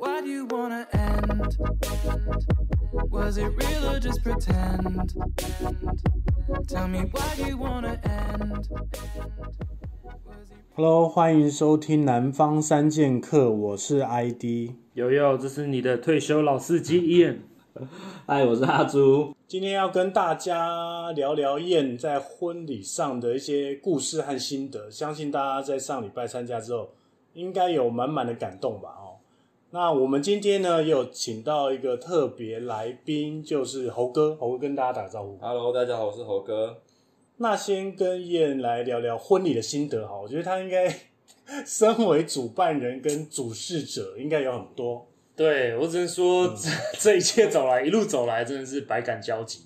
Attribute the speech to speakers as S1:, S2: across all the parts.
S1: how'd you wanna end? Was it real or just pretend? Tell me why do you wanna end?
S2: Hello，欢迎收听《南方三剑客》，我是 ID。
S3: 友友，这是你的退休老 司机 Ian。
S4: 嗨，我是阿朱。
S2: 今天要跟大家聊聊燕在婚礼上的一些故事和心得，相信大家在上礼拜参加之后，应该有满满的感动吧？哦，那我们今天呢，也有请到一个特别来宾，就是猴哥，猴哥跟大家打个招呼。
S5: Hello，大家好，我是猴哥。
S2: 那先跟燕来聊聊婚礼的心得哈，我觉得他应该 身为主办人跟主事者，应该有很多
S3: 对我只能说，
S5: 嗯
S3: 这 这一切走来一路走来，真的是百感交集。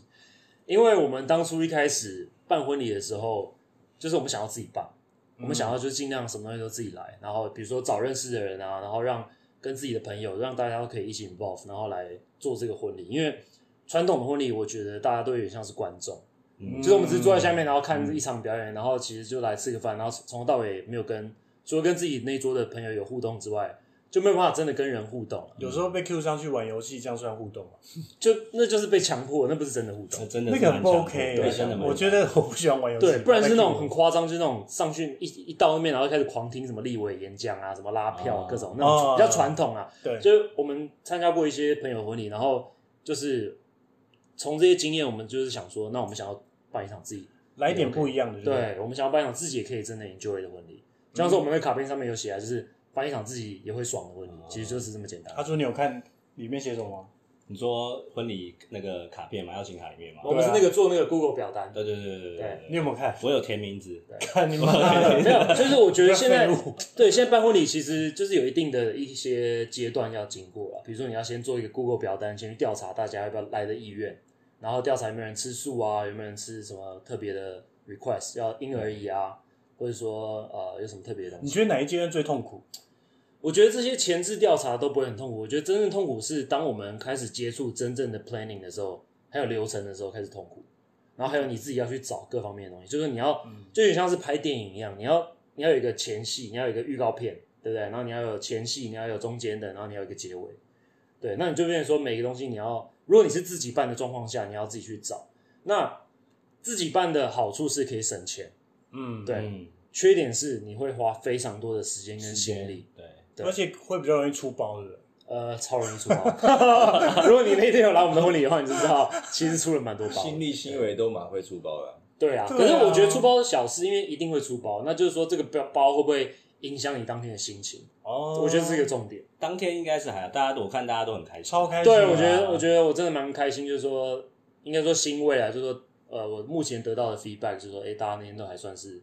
S3: 因为我们当初一开始办婚礼的时候，就是我们想要自己办，我们想要就尽量什么东西都自己来，然后比如说找认识的人啊，然后让跟自己的朋友，让大家都可以一起 involve，然后来做这个婚礼。因为传统的婚礼，我觉得大家都有点像是观众，
S5: 嗯
S3: 就是我们只是坐在下面，然后看一场表演，然后其实就来吃个饭，然后从头到尾没有跟除了跟自己那一桌的朋友有互动之外，就没有办法真的跟人互动啊、
S2: 有时候被 Q 上去玩游戏，这样算互动吗？
S3: 就那就是被强迫，那不是真的互
S5: 那
S3: 动。
S5: 哎真的
S2: 那
S5: 是
S2: 个
S5: 蛮
S2: 很不
S5: 强的
S2: OK，啊
S5: 对，真的蛮
S2: 我觉得我不喜欢玩游戏，
S3: 对，不然是那种很
S2: 哦
S3: 夸张，就是那种上去一一到那边，然后开始狂听什么立委演讲啊，什么拉票、啊
S5: 哦、
S3: 各种那种比较传统啊。
S2: 对，
S3: 就是我们参加过一些朋友婚礼，然后就是从这些经验，我们就是想说，那我们想要办一场自己，
S2: 来一点不一样的，不，
S3: 对我们想要办一场自己也可以真的 enjoy 的婚礼。就像是我们的卡片上面有写啊，就是办一场自己也会爽的婚礼，其实啊就是这么简单
S2: 阿。朱，你有看里面写什么吗？
S5: 你说婚礼那个卡片嘛，邀请卡里面嘛，
S3: 我们是那个做那个 Google 表单，
S5: 对对对对对对
S3: 对
S2: 你有没有看？
S5: 我有填名字，
S2: 看你们，
S3: 没有，就是我觉得现在
S2: 不要废物
S3: 对现在办婚礼其实就是有一定的一些阶段要经过了，比如说你要先做一个 Google 表单，先去调查大家要不要来的意愿，然后调查有没有人吃素啊，有没有人吃什么特别的 request，要婴儿椅啊，或者说呃有什么特别的东
S2: 你
S3: 西。
S2: 觉得哪一阶段最痛苦？
S3: 我觉得这些前置调查都不会很痛苦，我觉得真正痛苦是当我们开始接触真正的 planning 的时候，还有流程的时候开始痛苦，然后还有你自己要去找各方面的东西，就是你要，就有点像是拍电影一样，你要你要有一个前戏，你要有一个预告片，对不对？然后你要有前戏，你要有中间的，然后你要有一个结尾，对，那你就变成说每个东西你要，如果你是自己办的状况下，你要自己去找。那自己办的好处是可以省钱，
S2: 嗯，
S3: 对，
S5: 嗯，
S3: 缺点是你会花非常多的时间跟心力。
S5: 对，
S3: 对
S2: 而且会比较容易出包的。
S3: 呃，超容易出包。 如果你那天有来我们的婚礼的话，你就知道其实出了蛮多包。
S5: 心力心为都蛮会出包的啊。
S3: 对啊，
S2: 对啊
S3: 可是我觉得出包是小事，因为一定会出包。那就是说，这个包包会不会影响你当天的心情？
S2: 哦
S3: 我觉得这是一个重点。
S5: 当天应该是还好，大家我看大家都很开心，
S2: 超开心啊，
S3: 对，我觉得，我觉得我真的蛮开心，就是说，应该说欣慰啊，就是说，呃，我目前得到的 feedback 就是说，哎、大家那天都还算是，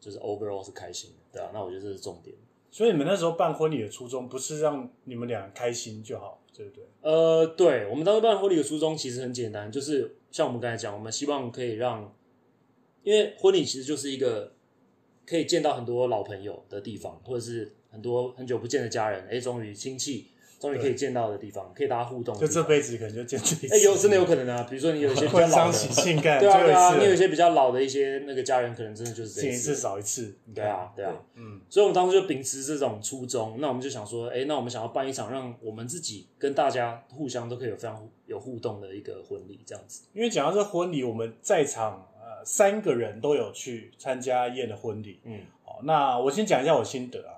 S3: 就是 overall 是开心的，对啊，那我觉得这是重点。
S2: 所以你们那时候办婚礼的初衷不是让你们俩开心就好，对不对？
S3: 呃，对，我们当时办婚礼的初衷其实很简单，就是像我们刚才讲，我们希望可以让，因为婚礼其实就是一个可以见到很多老朋友的地方，或者是很多很久不见的家人，哎，终于亲戚终于可以见到的地方，可以大家互动
S2: 就
S3: 的地方。
S2: 这辈子可能就见这一次。
S3: 哎，有真的 有可能啊，比如说你有一些比较
S2: 婚
S3: 老
S2: 丧
S3: 的，
S2: 喜庆干，
S3: 对啊对啊，你
S2: 最后
S3: 有一
S2: 一次，
S3: 些比较老的一些那个家人，可能真的就是这
S2: 见一次少一次。你
S3: 对
S2: 看
S3: 啊，对啊，
S2: 嗯，
S3: 所以我们当时就秉持这种初衷，那我们就想说，哎、那我们想要办一场让我们自己跟大家互相都可以有非常有互动的一个婚礼，这样子。
S2: 因为讲到这婚礼，我们在场呃三个人都有去参加燕的婚礼。
S3: 嗯，
S2: 好，那我先讲一下我心得啊。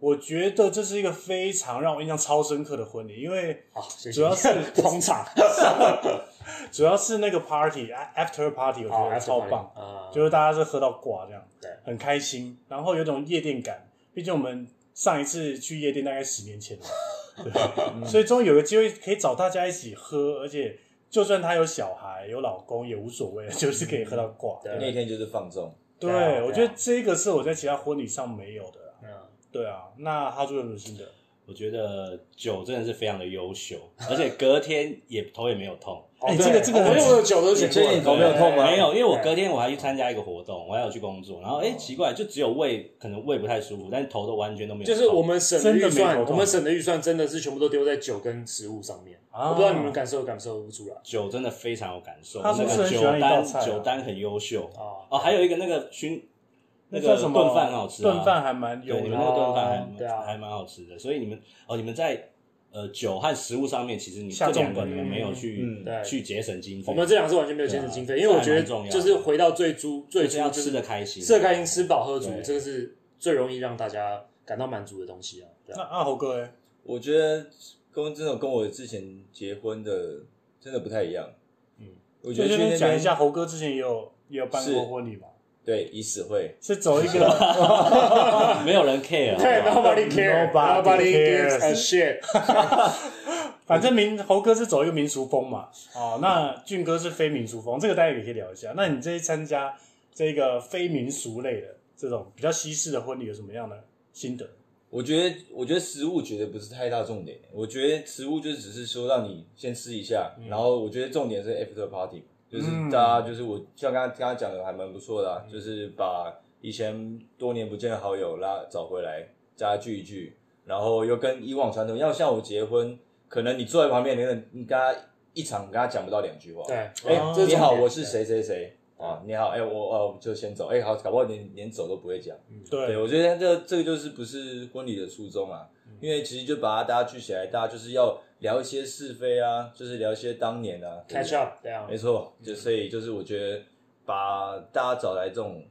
S2: 我觉得这是一个非常让我印象超深刻的婚礼，因为
S3: 好，谢谢。
S2: 主要是
S3: 捧 场，
S2: 主要是那个 party a- after party，我
S3: 哦
S2: 觉得超棒，
S3: 啊！
S2: 就是大家是喝到挂这样，
S3: 对
S2: 很开心，然后有种夜店感。毕竟我们上一次去夜店大概十年前了，对，所以终于有个机会可以找大家一起喝，而且就算他有小孩有老公也无所谓，就是可以喝到挂。
S3: 对
S5: 那天就是放纵，
S2: 对，
S3: 对啊对啊
S2: 我觉得这个是我在其他婚礼上没有的啊。
S3: 嗯，
S2: 对啊，那哈猪有什么心得？
S5: 我觉得酒真的是非常的优秀，而且隔天也头也没有痛。
S2: 哎
S3: 哦
S2: 这个这个
S3: 我
S2: 很
S3: 用的酒都
S5: 你
S3: 请
S5: 确
S3: 过
S5: 定
S3: 了
S5: 你头没有痛吗
S3: 对
S5: 没有，因为我隔天我还去参加一个活动，我还有去工作，然后哎、诶奇怪，就只有胃可能胃不太舒服，但头都完全都没有
S3: 就
S5: 痛。
S3: 是我们省的
S2: 真
S3: 预
S2: 的没
S3: 算
S2: 头，痛
S3: 我们省的预算真的是全部都丢在酒跟食物上面。
S2: 啊
S3: 我不知道你们感受感受不出来
S5: 酒真的非常有感受，
S2: 他是
S5: 那
S2: 不是
S5: 个
S2: 很喜
S5: 酒
S2: 欢一道
S5: 单
S2: 菜啊
S5: 酒单很优秀
S3: 啊？
S5: 哦，还有一个那个熏
S2: 那
S5: 那
S2: 叫
S5: 个
S2: 什么
S5: 炖饭很好吃啊，
S2: 炖饭还蛮有
S5: 对你们
S2: 的
S5: 那个炖饭
S3: 哦对啊
S5: 还还蛮好吃的，所以你们哦你们在呃酒和食物上面，其实你
S2: 下
S5: 这两
S2: 重
S5: 个
S2: 本
S5: 你们没有去、
S2: 嗯
S3: 对
S5: 去节省经费，
S3: 我们这两个是完全没有节省经费，因为我觉
S5: 这还
S3: 得
S5: 蛮重要的
S3: 就是回到最初最
S5: 就是
S3: 初
S5: 要
S3: 就
S5: 吃
S3: 是
S5: 的开心，
S3: 吃得开心、吃饱喝足
S5: 对，
S3: 这个是最容易让大家感到满足的东西啊。对
S2: 那
S3: 啊，
S2: 阿猴哥哎，
S6: 我觉得跟真的跟我之前结婚的真的不太一样。
S3: 嗯
S6: 嗯，我
S2: 就
S6: 觉得
S2: 这
S6: 去
S2: 边
S6: 那边
S2: 讲一下，猴哥之前也有也有办过
S6: 是
S2: 婚礼嘛，
S6: 对以死会，
S2: 是走一个
S5: 没有人 care，
S3: 对
S5: 好不好
S3: ，nobody care,
S2: Nobody
S3: nobody gives a
S2: cares
S3: shit。
S2: 反正民猴哥是走一个民俗风嘛，哦，那俊哥是非民俗风，这个大家也可以聊一下。那你这一参加这个非民俗类的这种比较西式的婚礼有什么样的心得？
S6: 我觉得我觉得食物绝对不是太大重点，我觉得食物就只是说让你先吃一下，然后我觉得重点是 after party，就是
S2: 嗯
S6: 大家就是我像刚刚刚刚讲的还蛮不错的、啊，就是把以前多年不见的好友拉找回来，大家聚一聚，然后又跟以往传统，要像我结婚，可能你坐在旁边，你可能你跟他一场跟他讲不到两句话，
S3: 对，
S6: 哎、
S2: 哦
S3: 这
S6: 你好，
S3: 重点
S6: 我是谁谁谁啊？你好，哎、我呃，我就先走，哎、好，搞不好连连走都不会讲。对，
S2: 对，
S6: 我觉得这这个就是不是婚礼的初衷啊，
S3: 嗯
S6: 因为其实就把大家聚起来，大家就是要聊一些是非啊，就是聊一些当年啊
S3: catch。up，对啊
S6: 没，错，就所以就是我觉得把大家找来这种，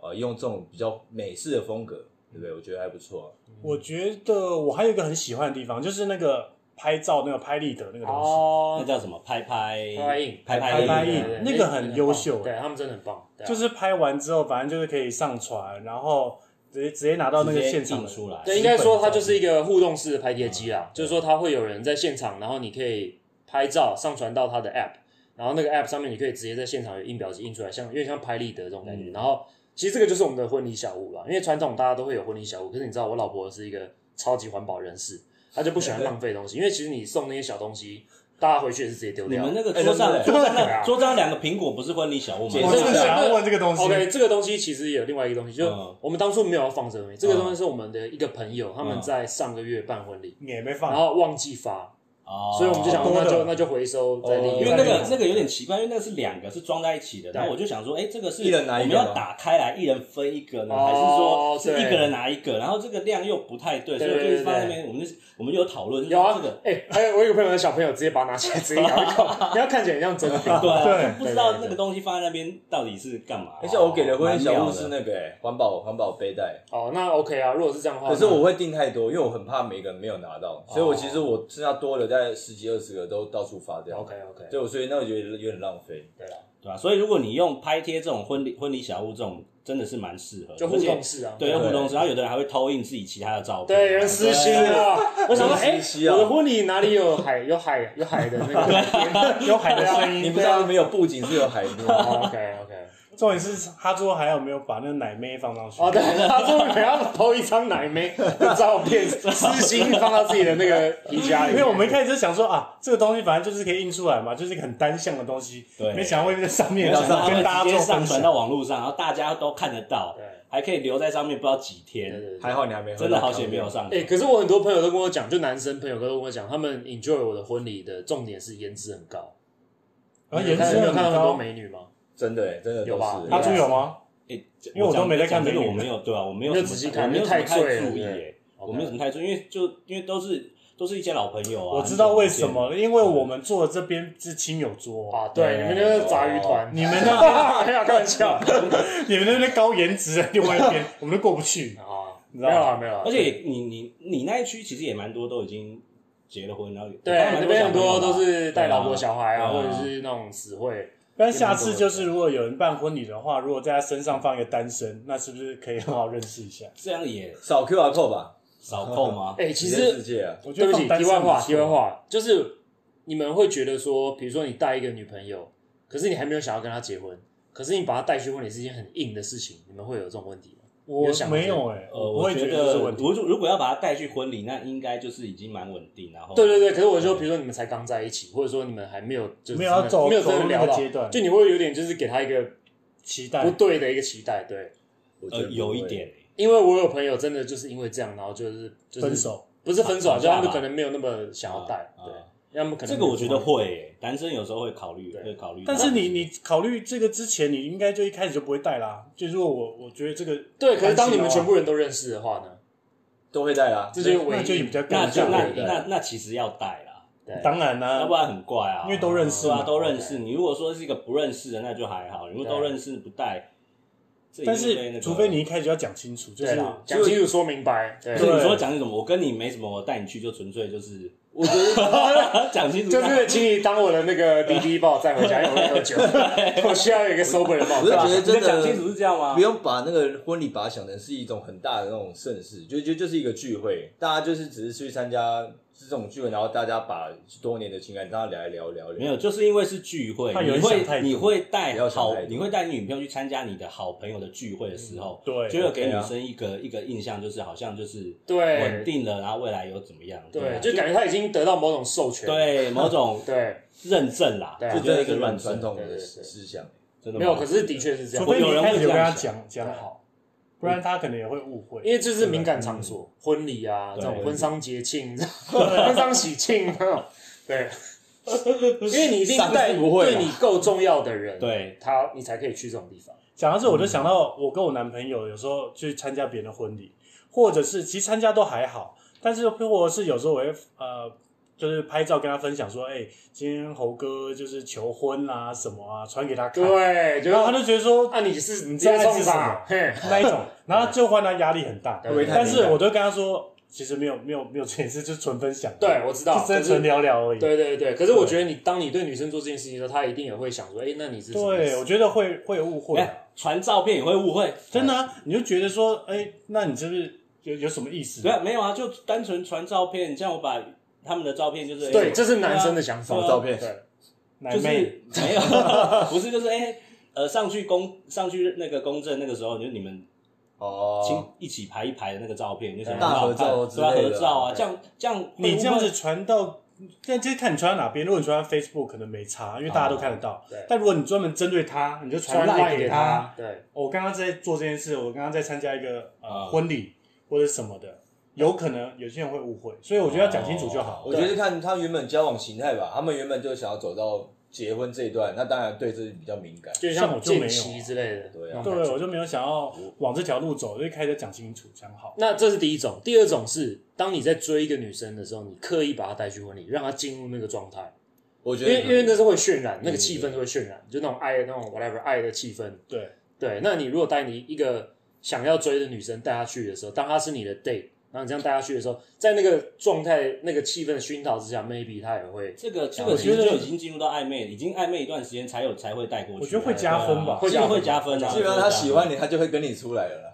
S6: 呃，用这种比较美式的风格，对不
S3: 嗯
S6: 对？我觉得还不错、
S2: 我觉得我还有一个很喜欢的地方，就是那个拍照那个拍立得那个东西，
S5: 那
S3: 哦，
S5: 叫什么拍拍
S3: 拍印
S5: 拍
S2: 拍拍
S5: 印
S2: 印
S3: 对对
S2: 那
S3: 对
S2: 个很优秀欸
S3: 对他们真的很棒，对啊
S2: 就是拍完之后，反正就是可以上传，然后直接直接拿到那个
S5: 直接
S2: 现场
S5: 印
S2: 的
S5: 出来，
S3: 对，应该说它就是一个互动式的拍贴机啦，就是说它会有人在现场，然后你可以拍照上传到它的 app，然后那个 app 上面你可以直接在现场有印表机印出来，像有点像拍立得这种感
S5: 嗯
S3: 觉。然后其实这个就是我们的婚礼小物啦，因为传统大家都会有婚礼小物，可是你知道我老婆是一个超级环保人士，她就 不喜欢浪费东西，因为其实你送那些小东西，大家回去也是直接丢
S5: 你
S3: 掉
S5: 们。那个
S6: 哎
S5: 桌上、
S6: 对对对
S5: 桌上
S3: 对
S5: 那
S3: 啊
S5: 桌上两个苹果不是婚礼小物吗？
S6: 解
S2: 我
S6: 释
S2: 正想要问这个东西。
S3: OK，这个东西其实也有另外一个东西，就是
S5: 嗯
S3: 我们当初没有要放这个东西，这个东西是我们的一个朋友他们
S5: 嗯
S3: 在上个月办婚礼，
S2: 你也没
S3: 然
S2: 放，
S3: 后忘记发，
S5: 哦
S3: 所以我们就想
S2: 哦
S3: 说那
S2: 多
S3: 就
S2: 的
S3: 那就回收再利用，
S5: 因为那个
S3: 再
S5: 那
S3: 利
S5: 个
S3: 用
S5: 有点奇怪，因为那个是两个是装在一起的，
S3: 对
S5: 然后我就想说，哎，这个是
S6: 一人拿一个
S5: 我们要打开来，一人分一个呢，
S3: 哦
S5: 还是说
S3: 对
S5: 是一个人拿一个？然后这个量又不太对，所
S3: 对
S5: 以
S3: 对
S5: 我
S3: 对
S5: 就一直放在那边，我们就我们就有讨论，就是
S3: 有啊
S5: 这个，
S3: 哎，还有我有个朋友的小朋友直接把它拿起来直接咬一口，你要看起来很像真的。
S5: 对啊，
S2: 对
S5: 不知道
S3: 对对对
S5: 那个东西放在那边到底是干嘛。
S6: 而且哎我给的婚礼小物是
S5: 蛮妙的
S6: 那个、哎，环保环保背带，
S3: 哦，那 OK 啊，如果是这样的话，
S6: 可是我会订太多，因为我很怕每个人没有拿到，所以我其实我剩下多的大概十几二十个都到处发掉。
S3: OK OK，
S6: 对，所以那我觉得有点浪费。
S3: 对了，
S5: 对啊，所以如果你用拍贴这种婚礼婚礼小物这种，真的是蛮适合的，
S3: 就互
S5: 而且
S3: 动式啊，
S5: 对，
S6: 对
S5: 用互动式，然后有的人还会偷印自己其他的照片，
S3: 对，有人私心啊，我想说，
S6: 有
S3: 哎
S6: 人私心，啊
S3: 我的婚礼哪里有海有海有海的那个
S2: 有海的声
S6: 你
S2: 音
S6: 不。知道没有布景是有海面，
S3: 哦？OK OK，
S2: 重点是哈猪还有没有把那个奶妹放上去？
S3: 哦，对，他说你要偷一张奶妹的照片，私心放到自己的那个皮夹里
S2: 因
S3: 面。
S2: 为我们一开始就想说啊，这个东西反正就是可以印出来嘛，就是一个很单向的东西。
S5: 对
S2: 没想到会在上面
S5: 没有想到
S2: 跟大家
S5: 他会直
S2: 做分
S5: 接上
S2: 享
S5: 传。到网络上，然后大家都看得到
S3: 对，
S5: 还可以留在上面不知道几天，
S3: 对对
S6: 还好你还没喝。
S5: 真的好险没有。上
S3: 哎、
S5: 传。
S3: 可是我很多朋友都跟我讲，就男生朋友都跟我讲，他们 enjoy 我的婚礼的重点是颜值很高。
S2: 然后
S3: 你
S2: 啊颜
S3: 有看
S2: 值
S3: 你有
S2: 很
S3: 看到很多
S2: 高，
S3: 美女吗？
S6: 真的哎，真的
S3: 有
S6: 都
S3: 吧
S6: 是。
S2: 哈
S3: 他
S2: 猪有吗？
S5: 哎，这
S2: 因为我都没在看
S5: 讲这个，
S2: 美女
S5: 我没有对啊，我没
S3: 没有
S5: 有什么
S3: 仔细看
S5: 我没有
S3: 因为太
S5: 什么
S3: 醉了
S5: 注意
S3: 对
S5: 耶，我没有什么太注意，因为就因为都是都是一些老朋友啊。
S2: 我知道为什
S5: 很久
S2: 么了，因为我们坐的这边是亲友桌，
S3: 啊，对，你们那个杂鱼团，
S2: 你们那边
S3: 没 有开玩笑 啊，
S2: 你们那边高颜值的另外一边，我们都过不去。
S3: 没有啊，没有啊，
S5: 不见，而且你你你那一区其实也蛮多都已经结了婚，然后
S3: 对
S5: 蛮
S3: 那边
S5: 小
S3: 很
S5: 朋友
S3: 多
S5: 吧
S3: 都是带老婆小孩啊，
S5: 对
S3: 或
S5: 啊
S3: 者是那种死会，
S2: 但下次就是如果有人办婚礼的话，如果在他身上放一个单
S5: 嗯
S2: 身，那是不是可以很好认识一下？
S5: 这样也
S6: 扫 QR code 吧，
S5: 少扣吗？
S3: 哎、其
S6: 全世
S3: 实
S6: 界啊，
S2: 我觉得
S3: 对不
S2: 放
S3: 起，
S2: 单
S3: 题
S2: 身
S3: 外话，
S2: 不错
S3: 题外，话，就是你们会觉得说，比如说你带一个女朋友，可是你还没有想要跟她结婚，可是你把她带去婚礼是一件很硬的事情，你们会有这种问题吗？
S2: 我
S3: 有想
S2: 没有
S3: 过
S2: 哎，
S5: 呃，
S2: 不
S5: 我
S2: 会
S5: 觉
S2: 这
S5: 得
S2: 是问题。
S5: 我如如果要把他带去婚礼，那应该就是已经蛮稳定，然后
S3: 对对对，可是我就比如说你们才刚在一起，或者说你们还没有就是
S2: 没有要
S3: 真的
S2: 走
S3: 没有真
S2: 走
S3: 的
S2: 入
S3: 聊
S2: 那个
S3: 到
S2: 阶段
S3: 就你会有点就是给他一个
S2: 期
S3: 不
S2: 待
S3: 对的一个期待，对，
S6: 我觉
S5: 呃
S6: 得
S5: 有一点
S3: 因为我有朋友真的就是因为这样，然后就是就是
S2: 分，手。
S3: 不是分手啊，
S5: 吵
S3: 就
S5: 架
S3: 他
S5: 吧
S3: 们可能没有那么想要带，
S5: 啊
S3: 对
S5: 啊，
S3: 因为他们可能
S5: 这个我觉得
S3: 没有
S5: 会耶，男生有时候会考虑，
S3: 对
S5: 会考虑。
S2: 但是你你考虑这个之前，你应该就一开始就不会带啦。就如果我我觉得这个
S3: 对，可是当你们全部人都认识的话呢？
S6: 都会带啦。
S3: 这就是唯
S2: 哦那就比
S3: 一。
S2: 较
S5: 那
S2: 尴
S5: 就那
S2: 尬。
S3: 对
S5: 那那其实要带啦，
S3: 对
S2: 当然啦、
S5: 要不然很怪
S2: 呃
S5: 啊，
S2: 因为都认识
S5: 对
S2: 嘛
S5: 啊，都认识。你如果说是一个不认识的，那就还好；如果都
S3: 对
S5: 认识不带，这一定
S2: 但
S5: 被那
S2: 是
S5: 个
S2: 除非你一开始就要讲清楚，就
S3: 对
S2: 是
S3: 啦，讲清楚说明白。对
S5: 就，是你说讲什么，我跟你没什么，我带你去就纯粹就是
S3: 我觉得
S5: 讲清楚，
S3: 就是请你当我的那个滴滴帮我载回家，因为我在喝酒，我需要有一个 sober 的帮
S6: 我是
S3: 我载。
S6: 觉得
S5: 你的
S6: 真
S5: 讲清楚是
S6: 的
S5: 这样吗
S6: 不？用把那个婚礼把它想成是一种很大的那种盛事，就就就是一个聚会，大家就是只是去参加这种聚会，然后大家把多年的情感大家聊一聊聊一聊。
S5: 没有，就是因为是聚会，
S2: 怕有人
S5: 你
S2: 想太多
S5: 会你会带
S6: 不要想
S5: 好
S6: 太，多
S5: 你会带女朋友去参加你的好朋友的聚会的时候，
S2: 对
S5: 就会给
S6: OK 啊
S5: 女生一个一个印象，就是好像就是
S3: 对
S5: 稳定了，然后未来有怎么样，啊
S3: 对，就感觉他已经得到某种授权。
S5: 对某种
S3: 对，
S5: 认证啦，
S3: 对啊
S5: 就
S6: 这
S5: 觉得
S6: 真的
S5: 一
S6: 是
S5: 个
S6: 蛮
S5: 认
S6: 传
S5: 证，
S6: 统
S3: 对
S6: 的
S3: 对对
S6: 思想。欸
S5: 真的
S3: 没有，可是的确是这样
S2: 除。非你
S5: 有
S2: 一
S5: 人
S2: 开
S5: 会
S2: 始就
S5: 这
S2: 跟他
S5: 样
S2: 讲讲
S3: 对
S2: 好，不然他可能也会误会。
S3: 因为这是敏感场所，
S2: 嗯
S3: 婚礼啊，这
S5: 对
S3: 种婚丧节庆、 婚丧喜庆，这种对，因为你一定
S5: 丧事
S3: 带
S5: 不
S2: 啊
S5: 会啦
S3: 对你够重要的人，
S5: 对
S3: 他你才可以去这种地方。
S2: 讲到这，我就想到我跟我男朋友有时候去参加别人的婚礼，或者是其实参加都还好，但是或者是有时候我会呃，就是拍照跟他分享说，哎、今天猴哥就是求婚啊什么啊，传给他看，
S3: 对，就
S2: 然后他
S3: 是
S2: 就觉得说
S3: 那你是你
S2: 知道
S3: 在
S2: 在
S3: 冲
S2: 吃
S3: 啥？嘿，
S2: 那一种，然后就换他压力很大，
S3: 对
S2: 但是我都跟他说，其实没有没有没有这件事，就是纯分享，
S3: 对，我知道，
S2: 就真的纯聊聊而已。
S3: 对对对，可是我觉得你当你对女生做这件事情的时候，她一定也会想说，哎，那你是什么意
S2: 对，
S3: 思
S2: 我觉得会会误会啊、
S5: 哎传照片也会误会，
S2: 真的、啊，你就觉得说，哎、那你是不是有有什么意思？
S5: 没有没有啊，就单纯传照片，像我把他们的照片就是哎
S3: 对，这是男生的想法
S5: 对。啊
S6: 照片
S3: 对，
S2: 奶
S5: 就是
S2: 妹。
S5: 没有， 不是就是哎、呃，上去公上去那个公证那个时候，就是你们亲
S6: 哦，
S5: 一起排一排的那个照片，就想
S6: 大合照之
S5: 对吧？
S6: 类的
S5: 合照啊，
S6: 对
S5: 这样这样
S2: 你这样
S5: 会
S2: 子
S5: 不
S2: 传到，但这看你传到哪边。如果你传到 Facebook 可能没差，因为大家都看得到。
S3: 对
S2: 但如果你专门针对他，你就传
S3: 传
S2: line
S3: 赖
S2: 给
S3: 给
S2: 他。
S3: 他，对，
S2: 哦我刚刚在做这件事，我刚刚在参加一个呃
S5: 啊
S2: 婚礼或者什么的，有可能有些人会误会，所以我觉得要讲清楚就好。
S6: 哦我觉得看他原本交往形态吧，他们原本就想要走到结婚这一段，那当然对这比较敏感。
S3: 就
S2: 像我
S3: 像
S2: 就没有
S3: 见
S2: 啊
S3: 习之类的，
S6: 对啊
S3: 那种
S2: 对
S3: 感觉
S2: 我就没有想要往这条路走，就一开始讲清楚讲好。
S3: 那这是第一种，第二种是当你在追一个女生的时候，你刻意把她带去婚礼，让她进入那个状态，
S6: 我
S3: 因
S6: 觉
S3: 为
S6: 得
S3: 因为那是会渲染
S6: 嗯
S3: 那个气氛，是会渲染，就那种爱的那种 whatever 爱的气氛。
S2: 对，
S3: 对，那你如果带你一个想要追的女生带她去的时候，当她是你的 date，然后你这样带她去的时候，在那个状态、那个气氛的熏陶之下，maybe 她也会
S5: 这个这个其实就已经进入到暧昧，已经暧昧一段时间才有才会带过去。
S2: 我觉得会加分吧
S5: 会会加分啊。
S6: 基本上他喜欢
S5: 你，
S6: 你，他就会跟你出来了啦，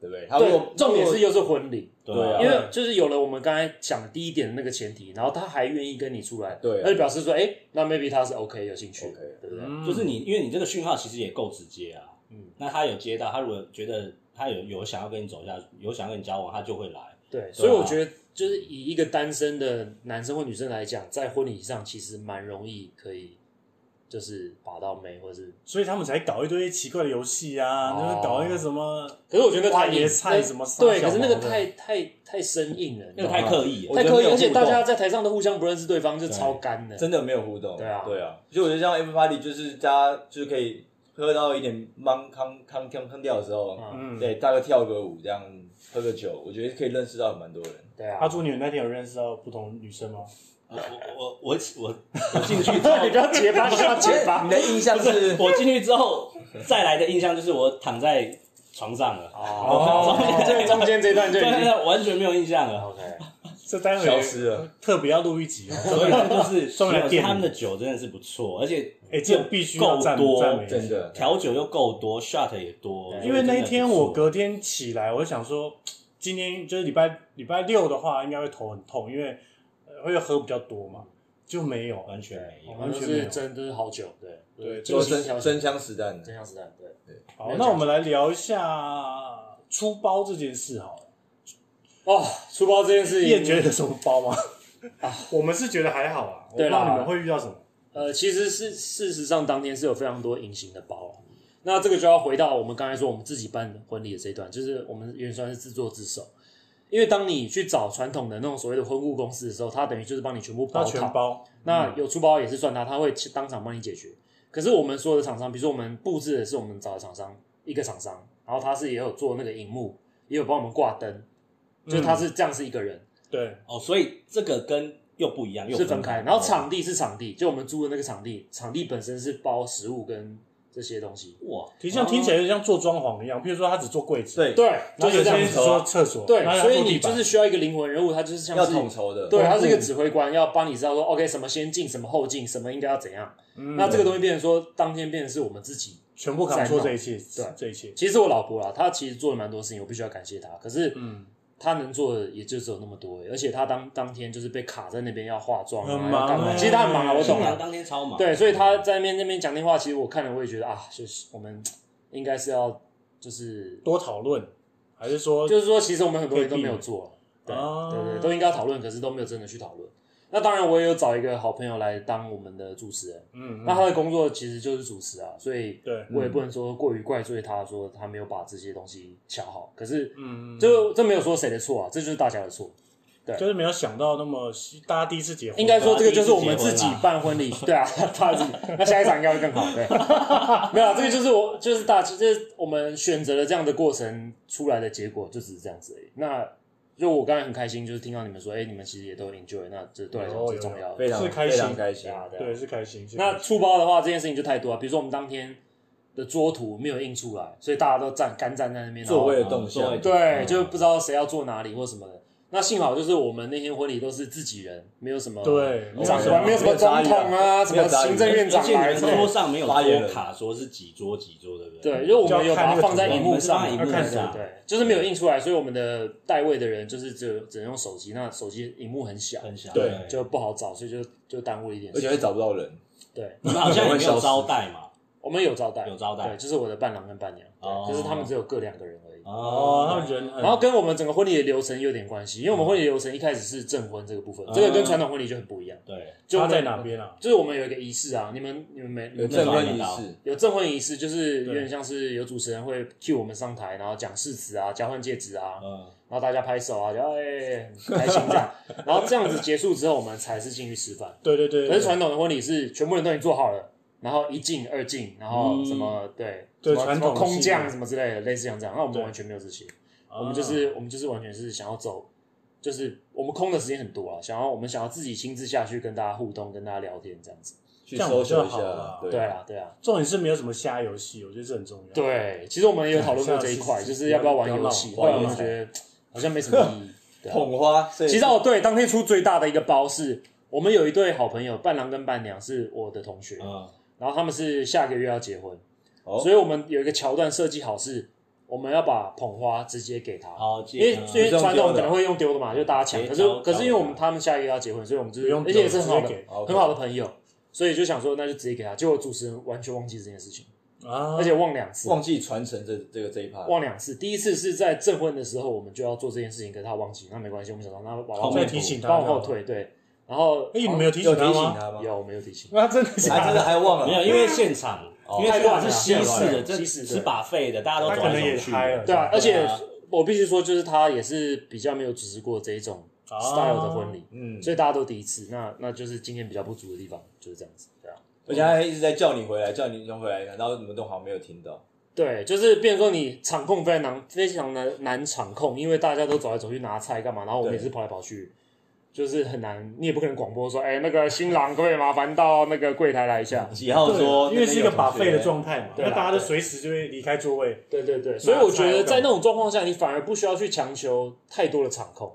S6: 对不对？啊他如
S3: 对
S6: 果，
S3: 重点是又是婚礼，
S5: 对
S3: 因
S5: 啊，
S3: 为就是有了我们刚才讲第一点的那个前提，然后他还愿意跟你出来，
S6: 对啊
S3: 那就表示说，哎、那 maybe 他是 OK 有兴趣
S6: OK 嗯
S3: 对不对？
S2: 嗯
S5: 就是你，因为你这个讯号其实也够直接啊。
S3: 嗯
S5: 那他有接到，他如果觉得他有有想要跟你走下去，有想跟你交往，他就会来。
S3: 对，所以
S5: 啊
S3: 我觉得就是以一个单身的男生或女生来讲，在婚礼上其实蛮容易可以就是把到妹，或是，
S2: 所以他们才搞一堆奇怪的游戏啊，
S3: 哦
S2: 就是搞一个什么
S3: 可是我觉得那
S2: 花
S3: 太
S2: 椰
S3: 硬
S2: 菜什么
S3: 对，
S2: 撒小
S3: 可是那个
S2: 毛的
S3: 太太太生硬了，
S5: 那个太刻意了
S6: 我
S3: 太
S6: 觉得
S3: 刻
S6: 没
S3: 意，
S6: 有
S3: 而且
S6: 互
S3: 大
S6: 动
S3: 家在台上都互相不认识对方，就超干的。
S6: 真的没有互动，
S3: 对啊
S6: 对啊。就我觉得像 F party，就是大家就是可以喝到一点懵康康康康掉的时候，
S2: 嗯，
S3: 嗯，
S6: 对，大概跳个舞这样，喝个酒，我觉得可以认识到蛮多人。
S3: 对啊
S2: 阿，朱，你们那天有认识到不同女生吗？
S5: 我我我我我进去之后
S3: 那你不要结巴，你不要结巴
S6: 你的印象是
S5: 我进去之后，再来的印象就是我躺在床上了，
S3: 哦， 这中间这段就已
S5: 对
S3: 经
S5: 完全没有印象了。
S3: OK。
S2: 这待会
S6: 消失了，
S2: 特别要录一集哦。
S5: 所以这就 是
S2: 送来
S5: 没有
S2: 电影
S5: 他们的酒真的是不错，而且
S2: 哎、这个必须要
S5: 够
S2: 赞
S5: 多
S2: 赞美一下
S6: 真的。
S5: 调酒又够多，shot 也多。
S2: 因为那一天我
S5: 哥
S2: 隔天起来，我就想说，今天就是礼拜礼拜六的话，应该会头很痛，因为呃会喝比较多嘛，就没有。哦
S5: 完全没
S3: 我
S5: 有，
S3: 们都是真都是好酒，对
S2: 对
S3: 就
S6: 就是真
S3: 真
S6: 真枪实弹的
S3: 真，枪实弹，对
S2: 好，那我们来聊一下出包这件事好了。
S3: 哦，出包这件事
S2: 你也
S3: 情，
S2: 觉得有什么包吗？我们是觉得还好啊，我不知
S3: 啊对啦
S2: 道你们会遇到什么。
S3: 呃，其实是事实上当天是有非常多隐形的包啊。那这个就要回到我们刚才说我们自己办婚礼的这一段，就是我们有点算是自作自受，因为当你去找传统的那种所谓的婚顾公司的时候，他等于就是帮你全部
S2: 他
S3: 包
S2: 全
S3: 套，
S2: 包，嗯
S3: 那有出包也是算他，他会当场帮你解决。可是我们所有的厂商，比如说我们布置的是我们找的厂商一个厂商，然后他是也有做那个荧幕，也有帮我们挂灯，就是
S2: 嗯
S3: 他是这样是一个人
S2: 对，
S5: 哦，所以这个跟又不一样，又
S3: 是分开，然后场
S5: 地
S3: 地是场地，就我们租的那个场地，场地本身是包食物跟这些东西。
S5: 哇，
S2: 其实像听起来就像做装潢一样，譬如说他只做柜子，，
S6: 对，
S2: 就
S3: 对，然后
S2: 有
S3: 就这
S2: 些
S3: 样
S2: 人只
S3: 子。
S2: 做厕所，
S3: 对
S2: 然，后他
S3: 所以
S2: 做地
S3: 你就
S2: 板
S3: 是需要一个灵魂人物，他就是像
S6: 要
S3: 是
S6: 统筹的，
S3: 对，他是一个指挥官，要帮你知道说，OK，什么先进，什么后进，什么应该要怎样。
S2: 嗯
S3: 那这个东西变成说，当天变成是我们自己。
S2: 全部扛错这一切，
S3: 在弄
S2: 这一切，
S3: 其实我老婆啦，她其实做了蛮多事情，我必须要感谢她。可是，嗯，她能做的也就只有那么多而已，而且她当当天就是被卡在那边要化妆
S2: 很
S3: 啊，
S2: 忙
S3: 要干嘛？
S2: 欸
S3: 其实她很忙啊，我
S5: 新
S3: 懂
S5: 娘
S3: 啊。
S5: 当天超忙，
S3: 对，所以她在那边那边讲电话，其实我看了我也觉得啊，就是我们应该是要，就是
S2: 多讨论，还是说
S3: 就是说，其实我们很多人都没有做啊，对
S2: 哦
S3: 对对，都应该要讨论，可是都没有真的去讨论。那当然，我也有找一个好朋友来当我们的主持人，
S2: 嗯，嗯
S3: 那他的工作其实就是主持啊，所以
S2: 对
S3: 我也不能说过于怪罪他，说他没有把这些东西想好。可是，
S2: 嗯，
S3: 就这没有说谁的错啊，这就是大家的错。
S2: 就是没有想到那么细大家第一次结婚，
S3: 应该说这个就是我
S5: 大
S3: 们
S5: 家第一
S3: 自
S5: 次结
S3: 己
S5: 婚啊
S3: 办婚礼，对啊，他自己。那下一场应该会更好，对。没有啊，这个就是我，就是大，就是我们选择了这样的过程出来的结果，就只是这样子而已。那就我刚才很开心，就是听到你们说，哎、你们其实也都 enjoy，那这对我来讲
S2: 有
S3: 是重
S2: 有
S3: 要的
S6: 非。常
S2: 是开心
S6: 非常开心
S3: 对。啊对啊
S2: 对是开心，是
S3: 那
S2: 开心
S3: 出包的话，这件事情就太多了。比如说我们当天的桌图没有印出来，所以大家都站干站在那边，然后
S6: 座位
S5: 嗯
S6: 的动向
S5: 座位，
S3: 对，就不知道谁要坐哪里或什么的。那幸好就是我们那天婚礼都是自己人，没有什么
S2: 对
S3: 长官，没有什么总统啊，什
S6: 没有
S3: 么
S6: 杂音
S3: 行政院
S5: 而
S3: 长
S5: 且
S3: 来
S5: 你
S3: 之
S5: 们嗯
S3: 类
S5: 桌
S3: 的。
S5: 上没有
S6: 发言
S5: 桌
S6: 人
S5: 卡，说是几桌几桌，对不对？
S3: 对，因为我们有把它放在
S2: 就要
S3: 荧
S2: 看
S3: 幕上，
S5: 荧
S2: 要
S5: 幕
S2: 看
S5: 上
S2: 什么
S3: 对，就是没有印出来，所以我们的代位的人就是只有只能用手机，那手机荧幕很小，
S5: 很小，
S2: 对
S3: 就不好找，所以就就耽误了一点
S6: 而
S3: 时
S6: 且
S3: 间。
S6: 会找不到人，
S3: 对，
S5: 你们好像也没有招待嘛，
S3: 我们有招待，
S5: 有招待
S3: 对，就是我的伴郎跟伴娘，对
S5: 哦
S3: 就是他们只有各两个人而已。
S2: 哦，他们人很
S3: 然后跟我们整个婚礼的流程有点关系，因为我们婚礼流程一开始是证婚这个部分，
S5: 嗯
S3: 这个跟传统婚礼就很不一样。
S5: 对，
S3: 就我
S2: 他
S3: 们
S2: 在哪？边啊？
S3: 就是我们有一个仪式啊，你们你们没你
S6: 有
S3: 们
S6: 证
S5: 那时候还
S6: 婚
S5: 没
S6: 仪
S5: 到
S6: 式，
S3: 有证婚仪式，就是有
S2: 对
S3: 点像是有主持人会 cue 我们上台，然后讲誓词啊，交换戒指啊，
S5: 嗯，
S3: 然后大家拍手啊，就哎很开心这样。然后这样子结束之后，我们才是进去吃饭。
S2: 对对对，
S3: 可是传统的婚礼是全部人都已经做好了，然后一进二进，然后什么、对
S2: 对
S3: 什么
S2: 传统
S3: 什么空
S2: 是
S3: 降什么之类的，类似像这样。那我们
S2: 对
S3: 完全没有这些，
S2: 啊
S3: 我们就是我们就是完全是想要走，就是我们空的时间很多啊，想要我们想要自己亲自下去跟大家互动，跟大家聊天这样子。
S6: 去
S2: 这样
S6: 搜索
S2: 就
S6: 一
S2: 好了
S6: 下，
S3: 对啊，对啊，
S2: 重点是没有什么瞎游戏，我觉得这很重要。，
S3: 对。其实我们也有讨论过这一块，
S2: 是
S3: 就是要不要玩游戏，
S2: 是
S3: 后来我们觉得好像没什么意义。对啊
S6: 捧花，其
S3: 其实哦，对，当天出最大的一个包是我们有一对好朋友，伴郎跟伴娘是我的同学，
S5: 嗯
S3: 然后他们是下个月要结婚，
S6: 哦
S3: 所以我们有一个桥段设计好是，我们要把捧花直接给他，
S5: 好，
S3: 因为因为
S6: 啊不是用
S3: 传
S6: 丢
S3: 统
S6: 的
S3: 可能会用丢的嘛，就大家抢。
S5: 直接
S3: 可是
S5: 交
S3: 可是因为我
S5: 交给
S3: 们
S5: 他
S3: 他们下一个月要结婚，所以我们就
S2: 不
S3: 是
S2: 用丢
S3: 而且也是很好
S2: 直
S3: 的
S2: 接给
S3: 很好的朋友，所以就想说那就直接给他。结果主持人完全忘记这件事情，
S2: 啊，
S3: 而且忘两次，
S6: 忘记传承这这个这一趴，
S3: 忘两次。第一次是在证婚的时候，我们就要做这件事情，可是他忘记，那没关系，我们想说那往
S5: 后
S3: 后
S5: 面
S2: 再
S3: 退，
S2: 提醒他，
S3: 往后。退，对。然后
S2: 哎，你们有提醒
S6: 有提
S2: 他
S6: 醒
S2: 吗？
S6: 他吗？
S3: 有哦没有提醒？
S2: 那真的
S6: 还
S2: 假
S6: 真的
S2: 的？
S6: 还忘了，
S5: 没有，因为现场，
S2: 哦
S5: 因为
S3: 太
S5: 现
S3: 乱
S5: 场
S3: 了
S5: 是西式的，
S3: 太乱了
S5: 这
S3: 西式的
S5: 吃把费的，大家都
S2: 他
S5: 走
S2: 可
S5: 来
S2: 能也
S5: 走去的，
S2: 嗨了，
S3: 对啊，而
S5: 对
S3: 且
S5: 啊
S3: 我必须说，就是他也是比较没有组织过这一种
S2: 啊
S3: style 的婚礼，
S6: 嗯，
S3: 所以大家都第一次，那那就是经验比较不足的地方，就是这样子，对啊。
S6: 而且他还一直在叫你回来，叫你用回来，然后你们都好像没有听到，
S3: 对，就是变成说你场控非常难，非常难难场控，因为大家都走来走去拿菜干嘛，然后我们
S6: 对
S3: 也是跑来跑去，就是很难，你也不可能广播说，哎、那个新郎可不可以麻烦到那个柜台来一下？
S6: 几号桌，
S2: 对因为是一个把
S6: 费
S2: 费的状态嘛，
S3: 对
S2: 那
S3: 啦
S2: 大家都随时就会离开座位。
S3: 对对对，所以
S2: 拿菜
S3: 我觉得
S2: 干嘛
S3: 在那种状况下，你反而不需要去强求太多的场控，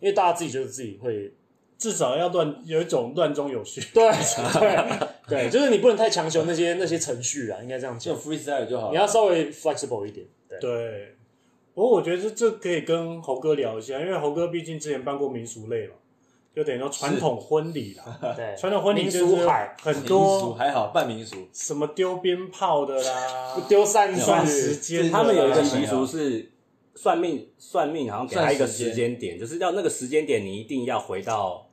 S3: 因为大家自己就是自己会
S2: 至少要乱有一种乱中有序，
S3: 对对对，就是你不能太强求那些那些程序啊，应该这样
S6: 就
S3: 讲，
S6: freestyle 就好了，
S3: 你要稍微 flexible 一点。对，
S2: 对。不过我觉得这这可以跟猴哥聊一下，因为猴哥毕竟之前办过民俗类嘛，就等于说传统婚礼啦，
S3: 对
S2: 传统婚礼
S3: 民
S2: 就是
S3: 俗海
S2: 很
S6: 民俗
S2: 多
S6: 还好，半民俗，
S2: 什么丢鞭炮的啦，
S3: 丢扇子，
S2: 算时间的啦，
S5: 他们有一个习俗是算命，算命好像给他一个时间点，就是要那个时间点你一定要回到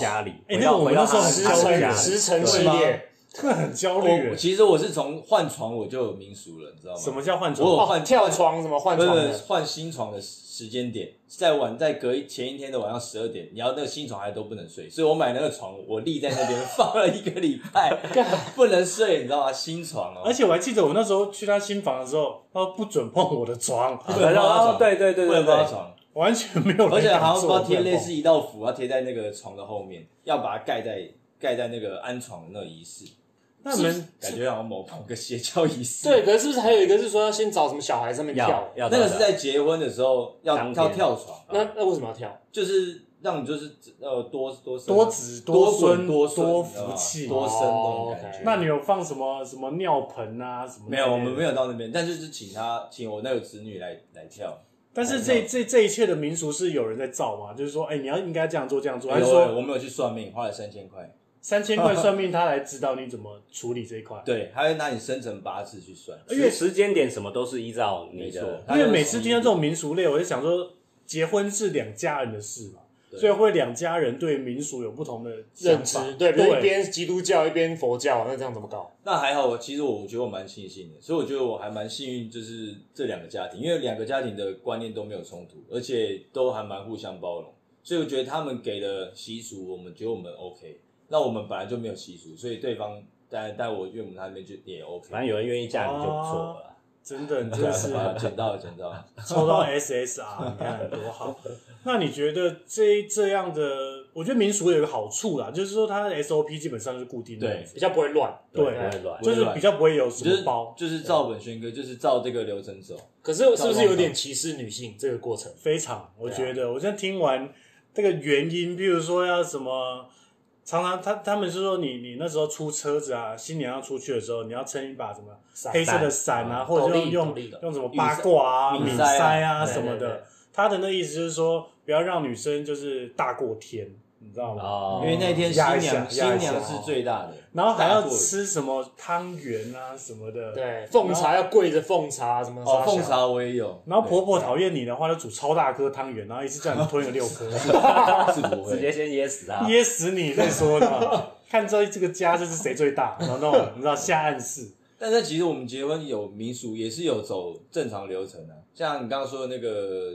S5: 家里，
S2: 哎
S5: 回
S2: 那个
S5: 到
S2: 我们
S5: 回到
S2: 那时候
S5: 他
S2: 很焦
S5: 他
S3: 时
S2: 虑
S5: 家
S3: 辰
S5: 里
S3: 时辰
S5: 对
S3: 系
S6: 吗
S3: 列。
S2: 这很焦虑
S6: 我
S2: 欸。
S6: 其实我是从换床我就有民俗了，你知道吗？
S2: 什么叫换
S6: 我
S2: 床？
S6: 有
S3: 哦，
S6: 换
S3: 跳床什么换
S6: 不是
S3: 床
S6: 不是
S3: 的，
S6: 换新床的时间点，在晚在隔一前一天的晚上十二点，你要那个新床还都不能睡，所以我买那个床，我立在那边放了一个礼拜， 不能睡，你知道吗？新床哦，
S2: 而且我还记得我那时候去他新房的时候，他说不准碰我的床，
S6: 不能碰他
S5: 然后
S6: 床，
S5: 对对对
S6: 不能
S5: 对
S6: 碰他
S5: 对，
S6: 床，
S2: 完全没有人敢做。
S6: 而且好像
S2: 我
S6: 要
S2: 不
S6: 贴
S2: 敢
S6: 类
S2: 碰
S6: 似一道符，要贴在那个床的后面，要把它盖在盖在那个安床的那个仪式，
S2: 那你们
S6: 感觉好像某某个邪教仪式。
S3: 对，可是是不是还有一个是说要先找什么小孩上面
S5: 要
S3: 跳？
S5: 要
S6: 那个
S5: 找
S6: 是
S5: 的
S6: 在结婚的时候要
S5: 当天
S6: 要跳床，
S3: 那那为什么要跳？
S6: 就是让你就是呃多多生
S2: 多子
S6: 多
S2: 孙
S6: 孙多孙
S2: 多
S6: 你知道吗
S2: 福气。
S6: 多生那种感
S3: 哦
S6: 觉。
S3: ，OK
S2: 那你有放什么什么尿盆啊什么？
S6: 哦没有，我们没
S2: 有。
S6: 有到那边，但是是请他请我那个侄女来来跳。
S2: 但
S6: 哎
S2: 是这这这一切的民俗是有人在造吗？就是说，哎，你要应该这样做这样做，还
S6: 哎
S2: 是
S6: 呦
S2: 说
S6: 我没有去算命，花了三千块。
S2: 三千块算命他来指导你怎么处理这一块？
S6: 对，他会拿你生辰八字去算。
S2: 因为
S5: 时时间点什么都是依照你
S6: 没
S5: 的
S6: 错，
S2: 因为每次听到这种民俗类，我就想说，结婚是两家人的事嘛，
S6: 对
S2: 所以会两家人对民俗有不同的
S3: 认
S2: 想法
S3: 知对，比如一边基督教一边佛教，那这样怎么搞？
S6: 那还好，其实我觉得我蛮庆幸的，所以我觉得我还蛮幸运，就是这两个家庭，因为两个家庭的观念都没有冲突，而且都还蛮互相包容，所以我觉得他们给的习俗，我们觉得我们 OK。那我们本来就没有习俗，所以对方带带我岳母他那边就也 OK。
S5: 反正有人愿意嫁你就不错了啦。
S2: 真的，你 真的是
S6: 啊捡到了，捡到了。
S2: 抽到 SSR，你看多 好。那你觉得这这样的，我觉得民俗有一个好处啦，就是说它的 SOP 基本上是固定的，
S6: 对
S3: 比较不会乱。
S2: 对
S5: 不会乱。
S2: 就是比较不会有什
S6: 就
S2: 么
S6: 是
S2: 包，哦
S6: 就是照本宣科，就是照这个流程走。
S3: 可是是不是有点歧视女性这个过程？
S2: 非常，我觉得、我现在听完这个原因，譬如说要什么，常常他他们是说你你那时候出车子啊，新娘要出去的时候，你要撑一把什么
S3: 伞
S2: 黑色的伞啊，
S6: 嗯
S2: 或者
S3: 斗
S2: 用
S3: 笠
S2: 用
S3: 斗笠的
S2: 用什么八卦啊、
S6: 雨
S2: 米
S6: 伞
S2: 塞啊
S6: 对
S2: 什么
S3: 对对
S2: 的。他的那意思就是说，不要让女生就是大过天，你知道吗？
S5: 哦，
S6: 因为那天新
S2: 压一下哦
S6: 娘新
S2: 压一下
S6: 娘是最大的，
S2: 然后还要
S6: 大作人
S2: 吃什么汤圆啊什么的。。
S3: 对，奉茶要跪着奉茶什么的
S6: 哦，
S3: 傻笑
S6: 凤茶我也有，
S2: 然后婆婆讨厌你的话，就煮超大颗汤圆，然后一次叫你吞个六颗。
S6: 对是不
S5: 直接
S6: 会，
S5: 先啊噎死 他。
S2: 噎死你再说的， 看这这个家这是谁最大，然后那种你知道下暗示，
S6: 但是其实我们结婚有民俗，也是有走正常流程啊。像你刚刚说的那个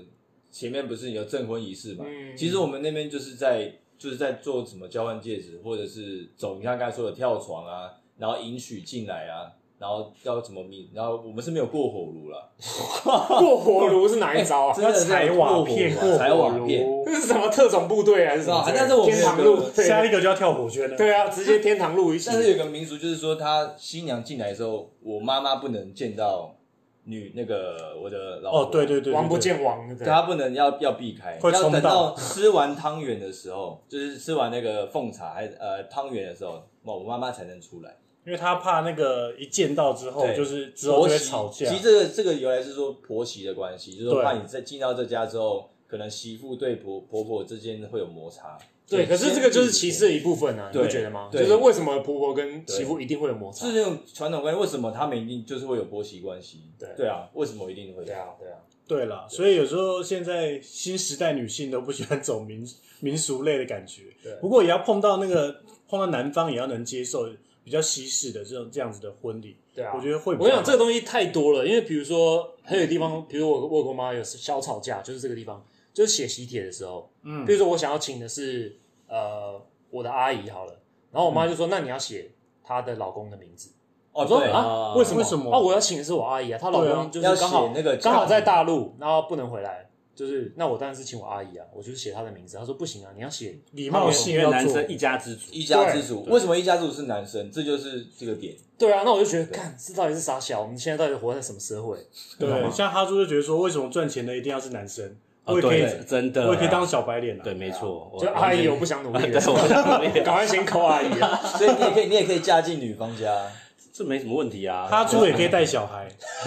S6: 前面不是有证婚仪式嘛？
S3: 嗯
S6: 其实我们那边就是在就是在做什么交换戒指，或者是走你像刚才说的跳床啊，然后迎娶进来啊，然后要怎么民，然后我们是没有过火炉了，
S3: 过火炉是哪一招 啊？
S6: 真的
S2: 要踩瓦片
S6: 过火炉啊踩
S2: 火
S6: 瓦片
S2: 炉，
S3: 这是什么特种部队还是什么之类的？
S6: 但是我们
S3: 天堂路对啊
S2: 下一个就要跳火圈了。
S3: 对啊，直接天堂路一起
S6: 但。是有个民俗就是说，她新娘进来的时候，我妈妈不能见到女那个我的老婆，
S2: 哦，对对对，对
S3: 王不，见王，对不对
S6: 她不能要要避开，
S2: 会
S6: 要
S2: 冲
S6: 等
S2: 到
S6: 到吃完汤圆的时候，就是吃完那个凤茶还呃汤圆的时候，哦我我妈妈才能出来。
S2: 因为他怕那个一见到之后
S6: 对
S2: 就是之后
S6: 婆
S2: 就会
S6: 媳
S2: 吵架
S6: 其，实这个这个由来是说婆媳的关系，就是说
S2: 对
S6: 怕你在进到这家之后，可能媳妇对婆婆婆之间会有摩擦。
S3: 对，可是这个就是歧
S6: 先避
S3: 视的一部分啊，你
S6: 对
S3: 不觉得吗？
S6: 对
S3: 就是为什么婆婆跟媳妇一定会有摩擦
S6: 是？那种传统观念，为什么他们一定就是会有婆媳关系？
S3: 对
S6: 对啊，为什么一定会？
S3: 对啊，对啊，
S2: 对了，所以有时候现在新时代女性都不喜欢走民民俗类的感觉
S3: 对，
S2: 不过也要碰到那个碰到男方也要能接受比较西式的这种这样子的婚礼，
S3: 对啊。
S2: 我觉得会比较
S3: 我跟你讲，这个东西太多了，因为比如说还有地方，比如我我跟我妈有小吵架，就是这个地方，就是写喜帖的时候，
S2: 嗯
S3: 比如说我想要请的是呃我的阿姨好了，然后我妈就说、那你要写她的老公的名字，
S6: 哦，
S3: 我说
S6: 对
S3: 啊
S5: 啊
S3: 为什么？
S2: 为什么
S3: 啊我要请的是我阿姨啊，她老
S2: 嗯对啊
S3: 公就是
S6: 要
S3: 刚好
S6: 写那个
S3: 刚好
S6: 嫁
S3: 在
S6: 妆
S3: 大陆，然后不能回来，就是那我当然是请我阿姨啊，我就是写她的名字，她说不行啊，你要写
S2: 礼貌性
S5: 因为
S2: 要
S5: 男
S2: 做
S5: 生一家之主，
S6: 一家之主，为什么一家之主是男生？这就是这个点。
S3: 对啊，那我就觉得，干，这到底是傻小？我们现在到底活在什么社会？
S2: 对，像哈猪就觉得说，为什么赚钱的一定要是男生？
S5: 哦
S2: 我也可以，
S5: 对真的啊
S2: 我也可以当哎小白脸啊。
S5: 对，，没错，我
S3: 就阿姨，我不想努力
S5: 对，
S3: 了，
S5: 我 不想努力
S3: 赶快先扣阿姨啊！
S6: 所以你也可以，你也可以嫁进女方家。
S5: 这没什么问题啊。
S2: 哈猪也可以带小孩，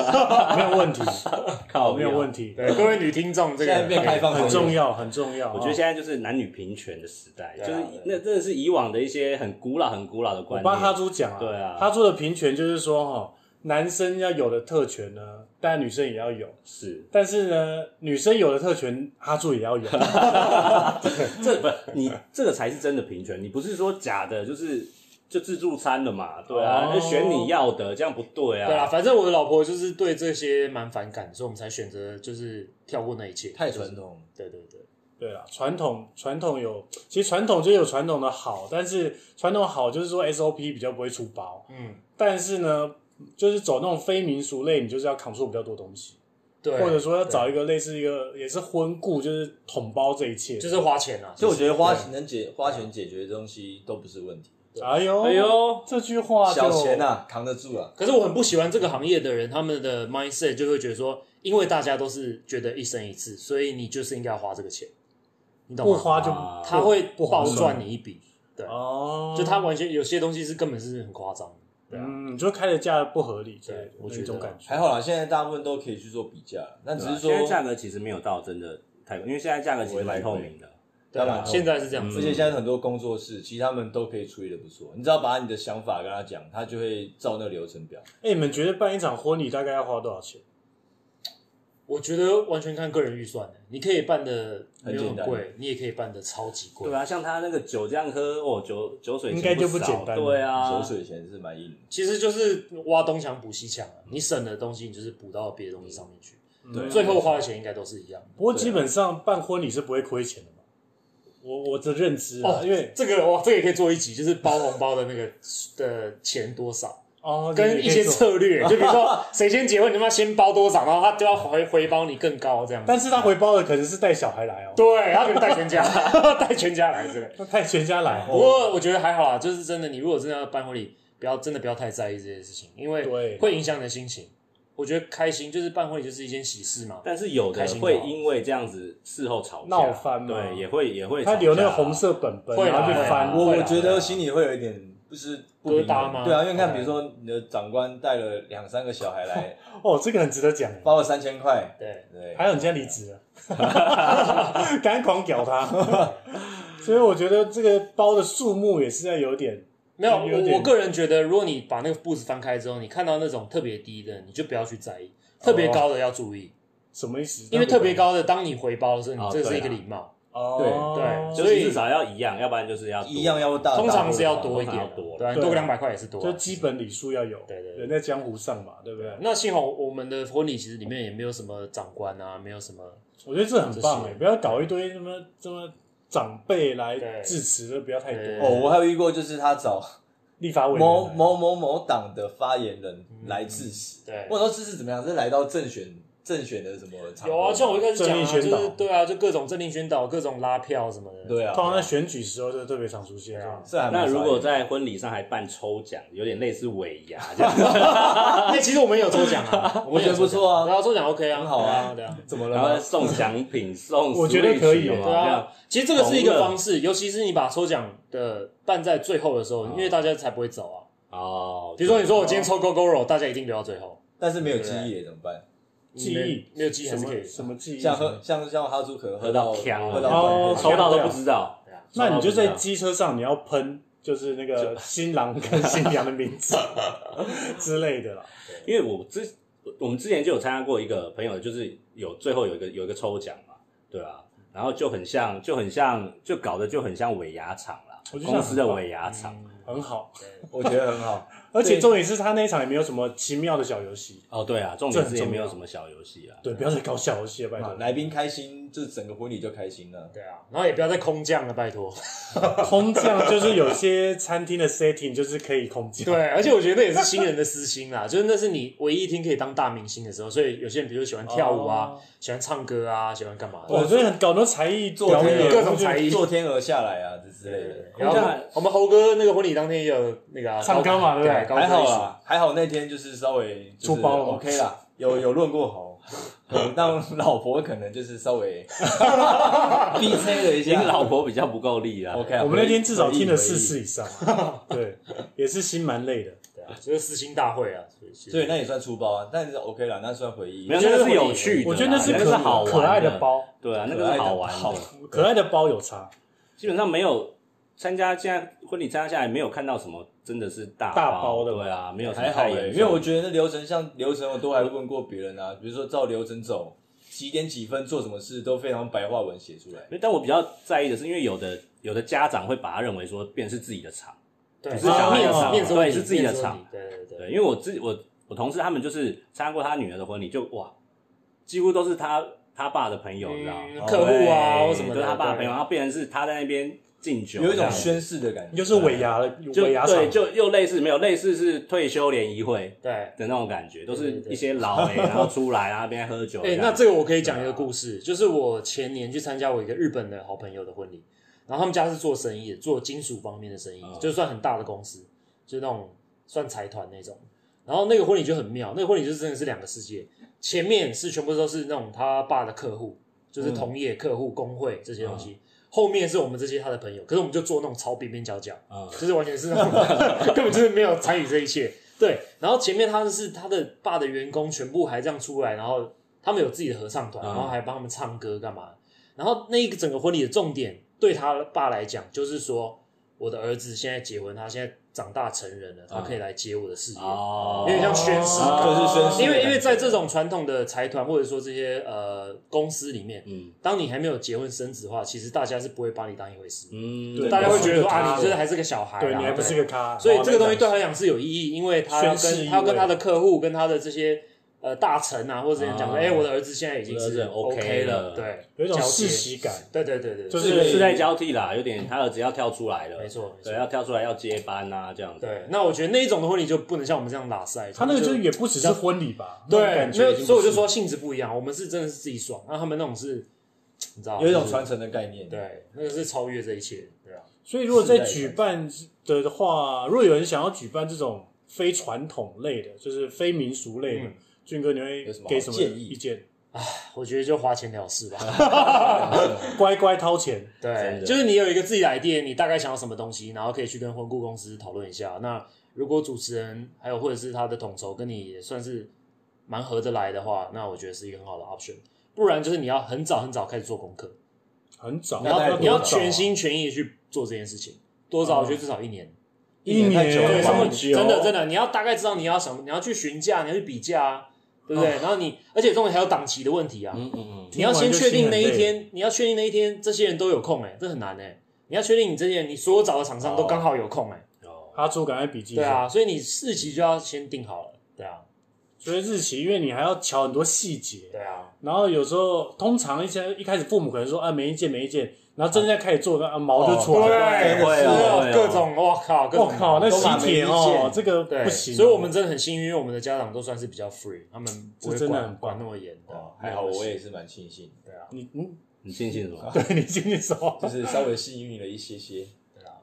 S2: 没有问题，
S5: 靠，啊
S2: 没有问。题，
S3: 对，各位女听众，这
S6: 现在
S3: 个
S6: 变开放
S2: 很重
S6: 要。
S2: 要，很重要。
S5: 我觉得
S2: 哦
S5: 现在就是男女平权的时代，
S3: 对啊
S5: 就是那真的是以往的一些很古老、很古老的
S2: 我
S5: 观念。
S2: 帮哈猪讲啊，
S5: 对啊
S2: 哈猪的平权就是说，哈，男生要有的特权呢，当然女生也要有，
S5: 是，
S2: 但是呢，女生有的特权，哈猪也要有。
S5: 这不你这个才是真的平权，你不是说假的，就是就自助餐了嘛？对啊，
S2: 哦
S5: 就选你要的，这样不对
S3: 对啦，
S5: 啊。
S3: 反正我的老婆就是对这些蛮反感，所以我们才选择就是跳过那一切。
S6: 太传统了，
S3: 对对对，
S2: 对啊，传统传统有，其实传统就有传统的好，但是传统好就是说 SOP 比较不会出包，
S3: 嗯，
S2: 但是呢，就是走那种非民俗类，你就是要扛住比较多东西。
S3: 对，
S2: 或者说要找一个类似一个也是婚故，就是统包这一切。
S3: 就是花钱啊。
S6: 所以我觉得花
S3: 对
S6: 钱能解花钱解决的东西都不是问题，
S2: 哎呦
S3: 哎呦，
S2: 这句话就
S6: 小钱啊扛得住啊。
S3: 可是我很不喜欢这个行业的人，他们的 mindset 就会觉得说，因为大家都是觉得一生一次，所以你就是应该要花这个钱，你懂
S2: 不
S3: 吗？
S2: 花就
S5: 啊
S3: 他会
S2: 不划
S3: 暴
S2: 算
S3: 赚你一笔，对，
S2: 哦，
S3: 啊就他完全有些东西是根本是很夸张的，对啊，
S2: 嗯，就开的价不合理之类的
S3: 对我觉
S2: 那
S3: 得
S2: 种感觉。
S6: 还好啦，现在大部分都可以去做比价，那只是说
S5: 现啊在价格其实没有到真的太贵，因为现在价格其实蛮透明的。
S6: 当
S3: 啊
S6: 然嗯
S3: 现在是这样子
S6: 而，且现在很多工作室，其实他们都可以处理的不错。你只要把你的想法跟他讲，他就会照那流程表。
S2: 哎，你们觉得办一场婚礼大概要花多少钱？
S3: 我觉得完全看个人预算的，欸你可以办的没有
S6: 很简
S3: 很
S6: 单
S3: 贵，你也可以办的超级贵
S5: 对。啊，像他那个酒这样喝，哦，酒酒水
S2: 应该就不
S5: 不少
S2: 简单
S5: 对啊，
S6: 手水钱是蛮硬的，
S3: 其实就是挖东墙补西墙啊，你省的东西你就是补到别的东西上面去，
S6: 对啊
S3: 最后花的钱应该都是一样的。
S2: 不过基本上办婚礼是不会亏钱的嘛，我我的认知啊，
S3: 哦
S2: 因为
S3: 这个哇，这个也可以做一集，就是包红包的那个的钱多少，
S2: 哦
S3: 跟
S2: 这个
S3: 一些，
S2: 也可以做
S3: 策略，就比如说谁先结婚，你他妈先包多少，然后他就要回回包你更高这样子。
S2: 但是他回包的可能是带小孩来哦，
S3: 对他可能带全家，带全家来之类。
S2: 那带全家来，
S3: 不过我觉得还好啦，就是真的，你如果真的要办婚礼，不要真的不要太在意这些事情，因
S2: 对
S3: 为会影响你的心情。我觉得开心就是办婚礼就是一件喜事嘛，
S5: 但是有的
S3: 开心就好
S5: 会因为这样子事后吵架
S2: 闹翻嘛
S5: 对，也会也会
S2: 他留那个红
S5: 色。
S2: 色本本，
S3: 会啦
S2: 然后就
S3: 会啦
S2: 翻，
S6: 我
S3: 嗯会
S6: 我
S3: 啦
S6: 觉得心里会有一点不是不平衡
S3: 疙瘩吗
S6: 对啊，因为你看，
S3: 对
S6: 比如说你的长官带了两三个小孩来，
S2: 哦，这个很值得讲耶，
S6: 包了三千块，
S3: 对，
S6: 对，
S2: 还有你现在离职了， 赶快狂屌他， 所以我觉得这个包的数目也是要有点，
S3: 没有，
S2: 有点
S3: 我我个人觉得，如果你把那个步子翻开之后，你看到那种特别低的，你就不要去在意；特别高的要注意，
S2: 什么意思？
S3: 因为特别高的，当你回包的时候，
S5: 哦
S3: 你这是
S5: 对
S3: 一个
S5: 啦
S3: 礼貌。
S2: 哦，
S3: 对
S5: 就
S3: 所
S5: 是
S3: 以
S5: 至少要一样，要不然就是要
S6: 一样要大，
S3: 通常是要
S6: 大
S3: 多一
S5: 通
S3: 点
S5: 常要多
S3: 啊，对
S2: 对
S3: 啊，
S2: 啊
S3: 你多个两百块也是多啊。
S2: 就基本礼数要有，
S3: 对对对
S2: 人在江湖上嘛，对不对？
S3: 那幸好我们的婚礼其实里面也没有什么长官啊，没有什么，
S2: 我觉得这很棒
S3: 这
S2: 哎，
S3: 些
S2: 不要搞一堆什么什么长辈来
S3: 对
S2: 致辞，这不要太
S3: 对
S2: 多。
S6: 哦，我还有遇过，就是他找
S2: 立法委员
S6: 某
S2: 来
S6: 某某某党的发言人
S3: 嗯
S6: 来致辞，
S3: 对
S6: 我说致辞怎么样？是来到政选政选的什么场合？
S3: 有啊，像我一开始讲啊，
S2: 政
S3: 就
S2: 令宣导
S3: 是对啊，就各种政令宣导、各种拉票什么的。
S6: 对啊，
S2: 通常在选举时候就特别常出现
S3: 对
S2: 这
S3: 啊
S2: 种。
S6: 这还蛮
S5: 那如果
S6: 少见
S5: 在婚礼上还办抽奖，有点类似尾牙 这样子，
S3: 哎，其实我们有抽奖啊，
S6: 我觉得不错啊
S3: 然后抽奖 OK 啊，
S6: 很好啊
S3: 对啊，对啊。
S6: 怎么了
S5: 然后
S6: 吗？
S5: 送奖品、送
S2: 我觉得可以
S5: Switch
S2: 耶
S5: 嘛
S3: 对
S5: 这样
S3: 啊，其实这个是一个方式，尤其是你把抽奖的办在最后的时候，因为大家才不会走啊。
S5: 哦，
S3: 比如说，你说我今天抽 GoGo Roll，大家一定留到最后。
S6: 但是没有记忆也怎么办？
S2: 记忆
S3: 没有记忆还
S2: 什
S3: 是
S2: 么
S3: 可以。
S2: 什么记忆？
S6: 像喝像像哈猪可乐
S5: 喝到
S6: 到
S5: 呛了
S6: 喝到
S2: 哦
S6: 断
S5: 抽
S6: 片
S5: 到都不知道，
S3: 对啊
S2: 那你就在机车上你要喷，就是那个新郎跟新娘的名 字之类的啦。
S5: 因为我之我们之前就有参加过一个朋友，就是有最后有一个有一个抽奖嘛，对啊，然后就很像就很像就搞得就很像尾牙场啦，
S2: 我哦就想
S5: 公司的尾牙场，
S2: 很好，
S6: 我觉得很好。
S2: 而且重点是他那一场也没有什么奇妙的小游戏，
S5: 哦对啊，重
S2: 这
S5: 点
S2: 很
S5: 是也没有
S2: 重要
S5: 什么小游戏啊啦，
S2: 对，不要再搞小游戏了，拜
S6: 啊
S2: 托。
S6: 来宾开心，就整个婚礼就开心了。
S3: 对啊，然后也不要再空降了，拜托。
S2: 空降就是有些餐厅的 setting 就是可以空降，
S3: 对，而且我觉得那也是新人的私心啦，就是那是你唯一一天可以当大明星的时候，所以有些人比如说喜欢跳舞
S6: 哦
S3: 啊，喜欢唱歌啊，喜欢干嘛的。
S2: 我真的哦很搞很多才艺
S6: 做
S2: 表
S6: 天
S2: 演，
S6: 鹅
S3: 各种才艺
S6: 做天鹅下来啊，这之类的。
S3: 然后我们猴哥那个婚礼当天也有那个啊
S2: 唱歌嘛对不对
S3: 高
S6: 还
S5: 啊
S6: 好
S3: 歌一曲
S6: 啦，还好那天就是稍微就是
S2: 出包了吗
S6: OK 啦，有有论 过喉，有让老婆可能就是稍微逼催
S2: 嗯
S6: 了一
S5: 你
S6: 下。
S5: 老婆比较不够力啦，
S6: OK，啊
S2: 我们那天至少听了四。
S6: 回忆
S2: 次以上，啊 对，也是心蛮累的。
S3: 对啊，就是私心大会啊，所以其实
S6: 所以那也算粗包啊，但是 OK 啦，那算回忆
S5: 没。有，那个是有趣的啦，
S2: 我觉得那是
S5: 那
S2: 可
S5: 个是好玩
S2: 可爱的包，
S5: 对啊，那个是好玩
S6: 可爱
S5: 的
S6: 的。
S2: 可爱的包有差，
S5: 基本上没有参加现在婚礼参加下来，没有看到什么真的是大
S2: 大包的欸
S5: 对啊，没有什么
S6: 还好
S5: 太
S6: 哎、
S5: 严重
S6: 因为我觉得那流程像流程，我都还问过别人啊，比如说照流程走，几点几分做什么事都非常白话文写出来。
S5: 但我比较在意的是，因为有的有的家长会把它认为说便是自己的场，
S3: 对
S5: 只是想
S3: 面
S2: 要
S3: 子面子问
S5: 对
S3: 题
S5: 是自己的
S3: 面子问
S5: 场
S3: 题对对对
S5: 对，因为我自我我同事他们就是参加过他女儿的婚礼，就哇，几乎都是他他爸的朋友，你知道吗
S3: 嗯，客户
S5: 哦
S3: 啊
S5: 对
S3: 或什么的
S5: 都是他爸的朋友，啊
S3: 对
S5: 然后变成是他在那边敬酒这
S6: 有
S5: 样，
S6: 一种宣誓的感觉，
S2: 就是尾牙了，
S5: 就
S2: 尾牙场
S5: 对，就又类似没有类似是退休联谊会
S3: 对，
S5: 的那种感觉，都
S3: 对
S5: 是
S3: 对对
S5: 一些 老诶，然后出来然后边喝酒。
S3: 哎、那这个我可以讲一个故事，就是我前年去参加我一个日本的好朋友的婚礼，然后他们家是做生意的，做金属方面的生意，
S5: 嗯
S3: 就算很大的公司，就那种算财团那种。然后那个婚礼就很妙，那个婚礼就真的是两个世界，前面是全部都是那种他爸的客户，就是
S5: 嗯
S3: 同业客户、工会这些东西。后面是我们这些他的朋友，可是我们就做那种超边边角角，
S5: 嗯
S3: 就是完全是那种 根本就是没有参与这一切。对，然后前面他是他的爸的员工全部还这样出来，然后他们有自己的合唱团，
S5: 嗯
S3: 然后还帮他们唱歌干嘛？然后那一个整个婚礼的重点对他爸来讲，就是说我的儿子现在结婚，他现在长大成人了，他
S5: 嗯
S3: 可以来接我的事业。
S5: 哦，
S3: 有点像宣誓
S5: 哦
S6: 就是宣誓
S3: 因为因为在这种传统的财团或者说这些呃公司里面，
S5: 嗯
S3: 当你还没有结婚生子的话，其实大家是不会把你当一回事，
S5: 嗯，
S2: 对
S3: 大家会觉得说
S2: 对
S3: 啊，你就是还是个小孩啊，
S2: 对你还不是
S3: 对
S2: 个咖，
S3: 所以这个东
S2: 然
S3: 西
S2: 后
S3: 对他来讲是有意义，因为他要
S2: 宣誓
S3: 跟
S2: 意
S3: 他要跟
S2: 味
S3: 他的客户、跟他的这些呃大臣啊，或者这些讲说，
S5: 啊
S3: 哎、我的儿子现在已经
S5: 我的儿子
S3: 是
S5: 很 OK
S3: 了，
S5: 了
S3: 对，
S2: 有一种
S3: 交
S2: 世
S3: 接
S2: 袭感，
S3: 对对对对，
S2: 就是是
S5: 是是在交替啦，有点他儿子要跳出来了，
S3: 没错没错
S5: 对，要跳出来要接班啊，这样子。
S3: 对。那我觉得那一种的婚礼就不能像我们这样拉塞，
S2: 他那个就是也不只是婚礼吧，那种
S3: 对，
S2: 感觉
S3: 没有，
S2: 已经不
S3: 所以我就是说性质不一样，我们是真的是自己爽，那他们那种是，你知道，
S6: 有一种
S3: 就是
S6: 传承的概念。，
S3: 对，那个是超越这一切，对啊，
S2: 所以如果在举办的话，如果有人想要举办这种非传统类的，就是非民俗类的，
S3: 嗯
S2: 俊哥你会
S6: 有什么好
S2: 给什么
S6: 建议
S2: 意见？
S3: 我觉得就花钱了事吧。
S6: 啊
S2: 乖乖掏钱，
S5: 真
S3: 对，
S5: 的
S3: 就是你有一个自己的 idea，你大概想要什么东西，然后可以去跟婚顾公司讨论一下。那如果主持人还有或者是他的统筹跟你也算是蛮合得来的话，那我觉得是一个很好的 option。不然就是你要很早很早开始做功课，
S2: 很早，
S3: 你
S6: 那大概
S3: 要
S6: 多
S3: 你要
S6: 早啊
S3: 全心全意去做这件事情，多早？我觉得至少一年。
S2: 一
S6: 一年太久了
S2: 年
S3: 对，
S6: 吧
S3: 什
S6: 很
S3: 么
S2: 久
S3: 真的真的，你要大概知道你要什么，你要去询价，你要去比价啊，对不对？然后你，而且重点还有档期的问题啊，
S5: 嗯嗯
S3: 你要先确定那
S2: 听
S3: 一
S2: 完就心
S3: 天，你要确定那一天这些人都有空哎、这很难哎、你要确定你这些人，你所有找的厂商都刚好有空哎、
S5: 嗯，哦，
S2: 阿朱赶快笔记一
S3: 对
S2: 下。
S3: 啊，所以你日期就要先定好了，对啊，
S2: 所以日期，因为你还要瞧很多细节，
S3: 对啊，
S2: 然后有时候通常一些一开始父母可能说啊没意见没意见，然后真正开始做，啊毛就出来了。
S6: 真的
S5: 会
S6: 是
S5: 啊
S3: 是
S5: 会
S3: 啊
S5: 啊
S3: 各种我靠，各
S2: 我
S3: 种
S2: 靠，那
S6: 都把
S2: 喜帖
S6: 没意
S2: 哦
S6: 见，
S2: 这个
S3: 对，
S2: 不行。
S3: 所以我们真的很幸运，因为我们的家长都算是比较 free，他们不
S2: 这
S3: 会
S2: 真的
S3: 管
S2: 很棒
S3: 管那么严的
S6: 哦，，还好我也是蛮庆幸，
S3: 对啊，
S2: 你嗯，
S5: 你庆幸什么？
S2: 对你今天说
S6: 就是稍微幸运了一些些，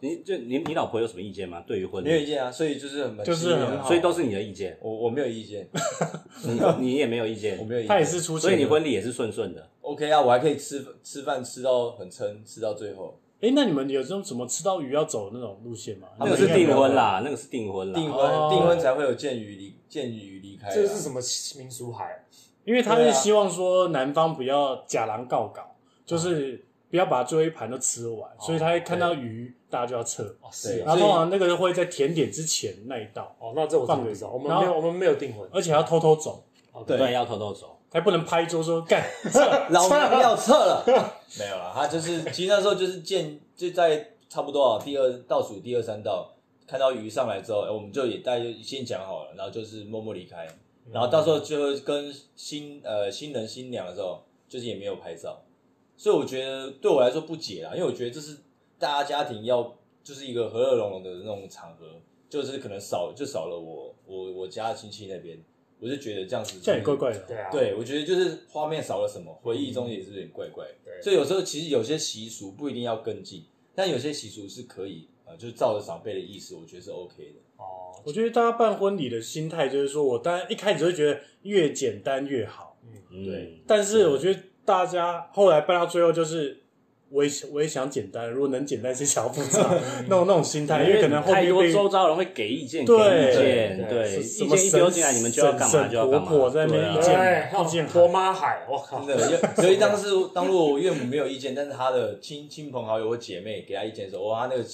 S5: 你就你你老婆有什么意见吗？对于婚
S6: 没有意
S5: 礼，
S6: 见啊，所以就是很
S2: 就是
S6: 幸运啊
S2: 很好
S5: 所以都是你的意见，
S6: 我我没有意见，
S5: 你 你也没有意见
S6: 我，没有意见，
S2: 他也是出钱
S5: 所
S2: 的，
S5: 以你婚礼也是顺顺的。
S6: OK 啊，我还可以吃吃饭吃到很撑，吃到最后。
S2: 哎、那你们有这种怎么吃到鱼要走那种路线吗？
S5: 那个是订婚啦，那个是订婚啦。
S6: 订婚、
S2: 哦
S6: 订婚才会有见鱼离见鱼离开、啊。
S3: 这是什么民俗海？
S2: 因为他
S6: 对
S2: 是
S6: 啊
S2: 希望说男方不要假狼告稿，就是不要把最后一盘都吃完，所以他一看到鱼，大家就要撤。
S3: 哦，是
S6: 对
S3: 啊，
S2: 然后通常那个会在甜点之前那一道，
S3: 哦，那这我真的不知道，我们没
S2: 然
S3: 有
S2: 后呃
S3: 我们没有订婚，
S2: 而且要偷偷走，
S3: 哦
S6: 对
S5: 对，要偷偷走。
S2: 还不能拍桌说干撤
S6: 老娘要撤了？ 没有啦，他就是其实那时候就是见就在差不多啊，第二倒数第二三道看到鱼上来之后，哎我们就也大家先讲好了，然后就是默默离开，
S2: 嗯
S6: 然后到时候就跟新呃新人新娘的时候，就是也没有拍照，所以我觉得对我来说不解啦，因为我觉得这是大家家庭要就是一个和乐融融的那种场合，就是可能少就少了我我我家亲戚那边，我就觉得这样子、就是、
S2: 这样也怪怪的。
S3: 对啊，
S6: 对，我觉得就是画面少了什么，回忆中也是有点怪怪的。
S3: 嗯对
S6: 所以有时候其实有些习俗不一定要跟进，但有些习俗是可以呃，就是照着长辈的意思，我觉得是 OK 的。
S3: 哦，
S2: 我觉得大家办婚礼的心态就是说，我当然一开始会觉得越简单越好，
S5: 嗯
S6: 对，
S2: 但是我觉得大家后来办到最后就是。我也想我也想简单，如果能简单，谁想要复杂？那种那种心态，因为可能后
S5: 太
S2: 面
S5: 多
S2: 被
S5: 周遭人会给意见，给
S2: 对
S5: 意见，
S3: 对
S5: 对，
S2: 是什
S5: 意
S2: 么
S5: 见一丢进来，你们就要干嘛
S2: 婶
S5: 就要干嘛，
S2: 婆婆在那边
S5: 对啊
S2: 意见
S3: 对，
S2: 意见
S3: 婆哎妈海，我靠
S6: 真，的，有有一当是当如果我岳母没有意见，但是她的亲亲朋好友或姐妹给她意见的时候，哇，她那个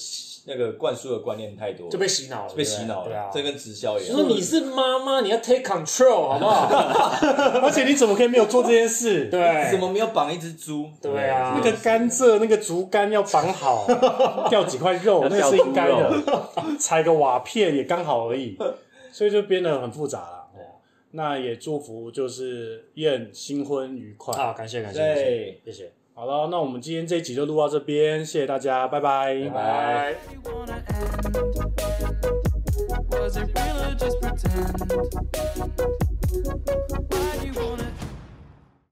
S6: 那个灌输的观念太多了，
S3: 就被洗脑了，
S6: 被洗脑
S3: 对
S6: 了
S3: 啊，，
S6: 这跟直销一
S3: 就
S6: 样。
S3: 说你是妈妈，你要 take control 好不好？
S2: 而且你怎么可以没有做这件事？
S3: 对，
S6: 怎么没有绑一只猪？
S3: 对啊？
S2: 那个甘蔗那个竹竿要绑好，掉几块肉，
S5: 要
S2: 那
S5: 掉
S2: 是应该
S5: 猪
S2: 的。踩个瓦片也刚好而已，所以就变得很复杂了。哦那也祝福就是燕新婚愉快。
S3: 啊，感谢感谢，感谢
S6: 对，
S3: 谢谢，
S2: 好了，那我们今天这一集就录到这边，谢谢大家，拜拜，拜
S6: 拜。
S1: you wanna end? Was it real or just pretend?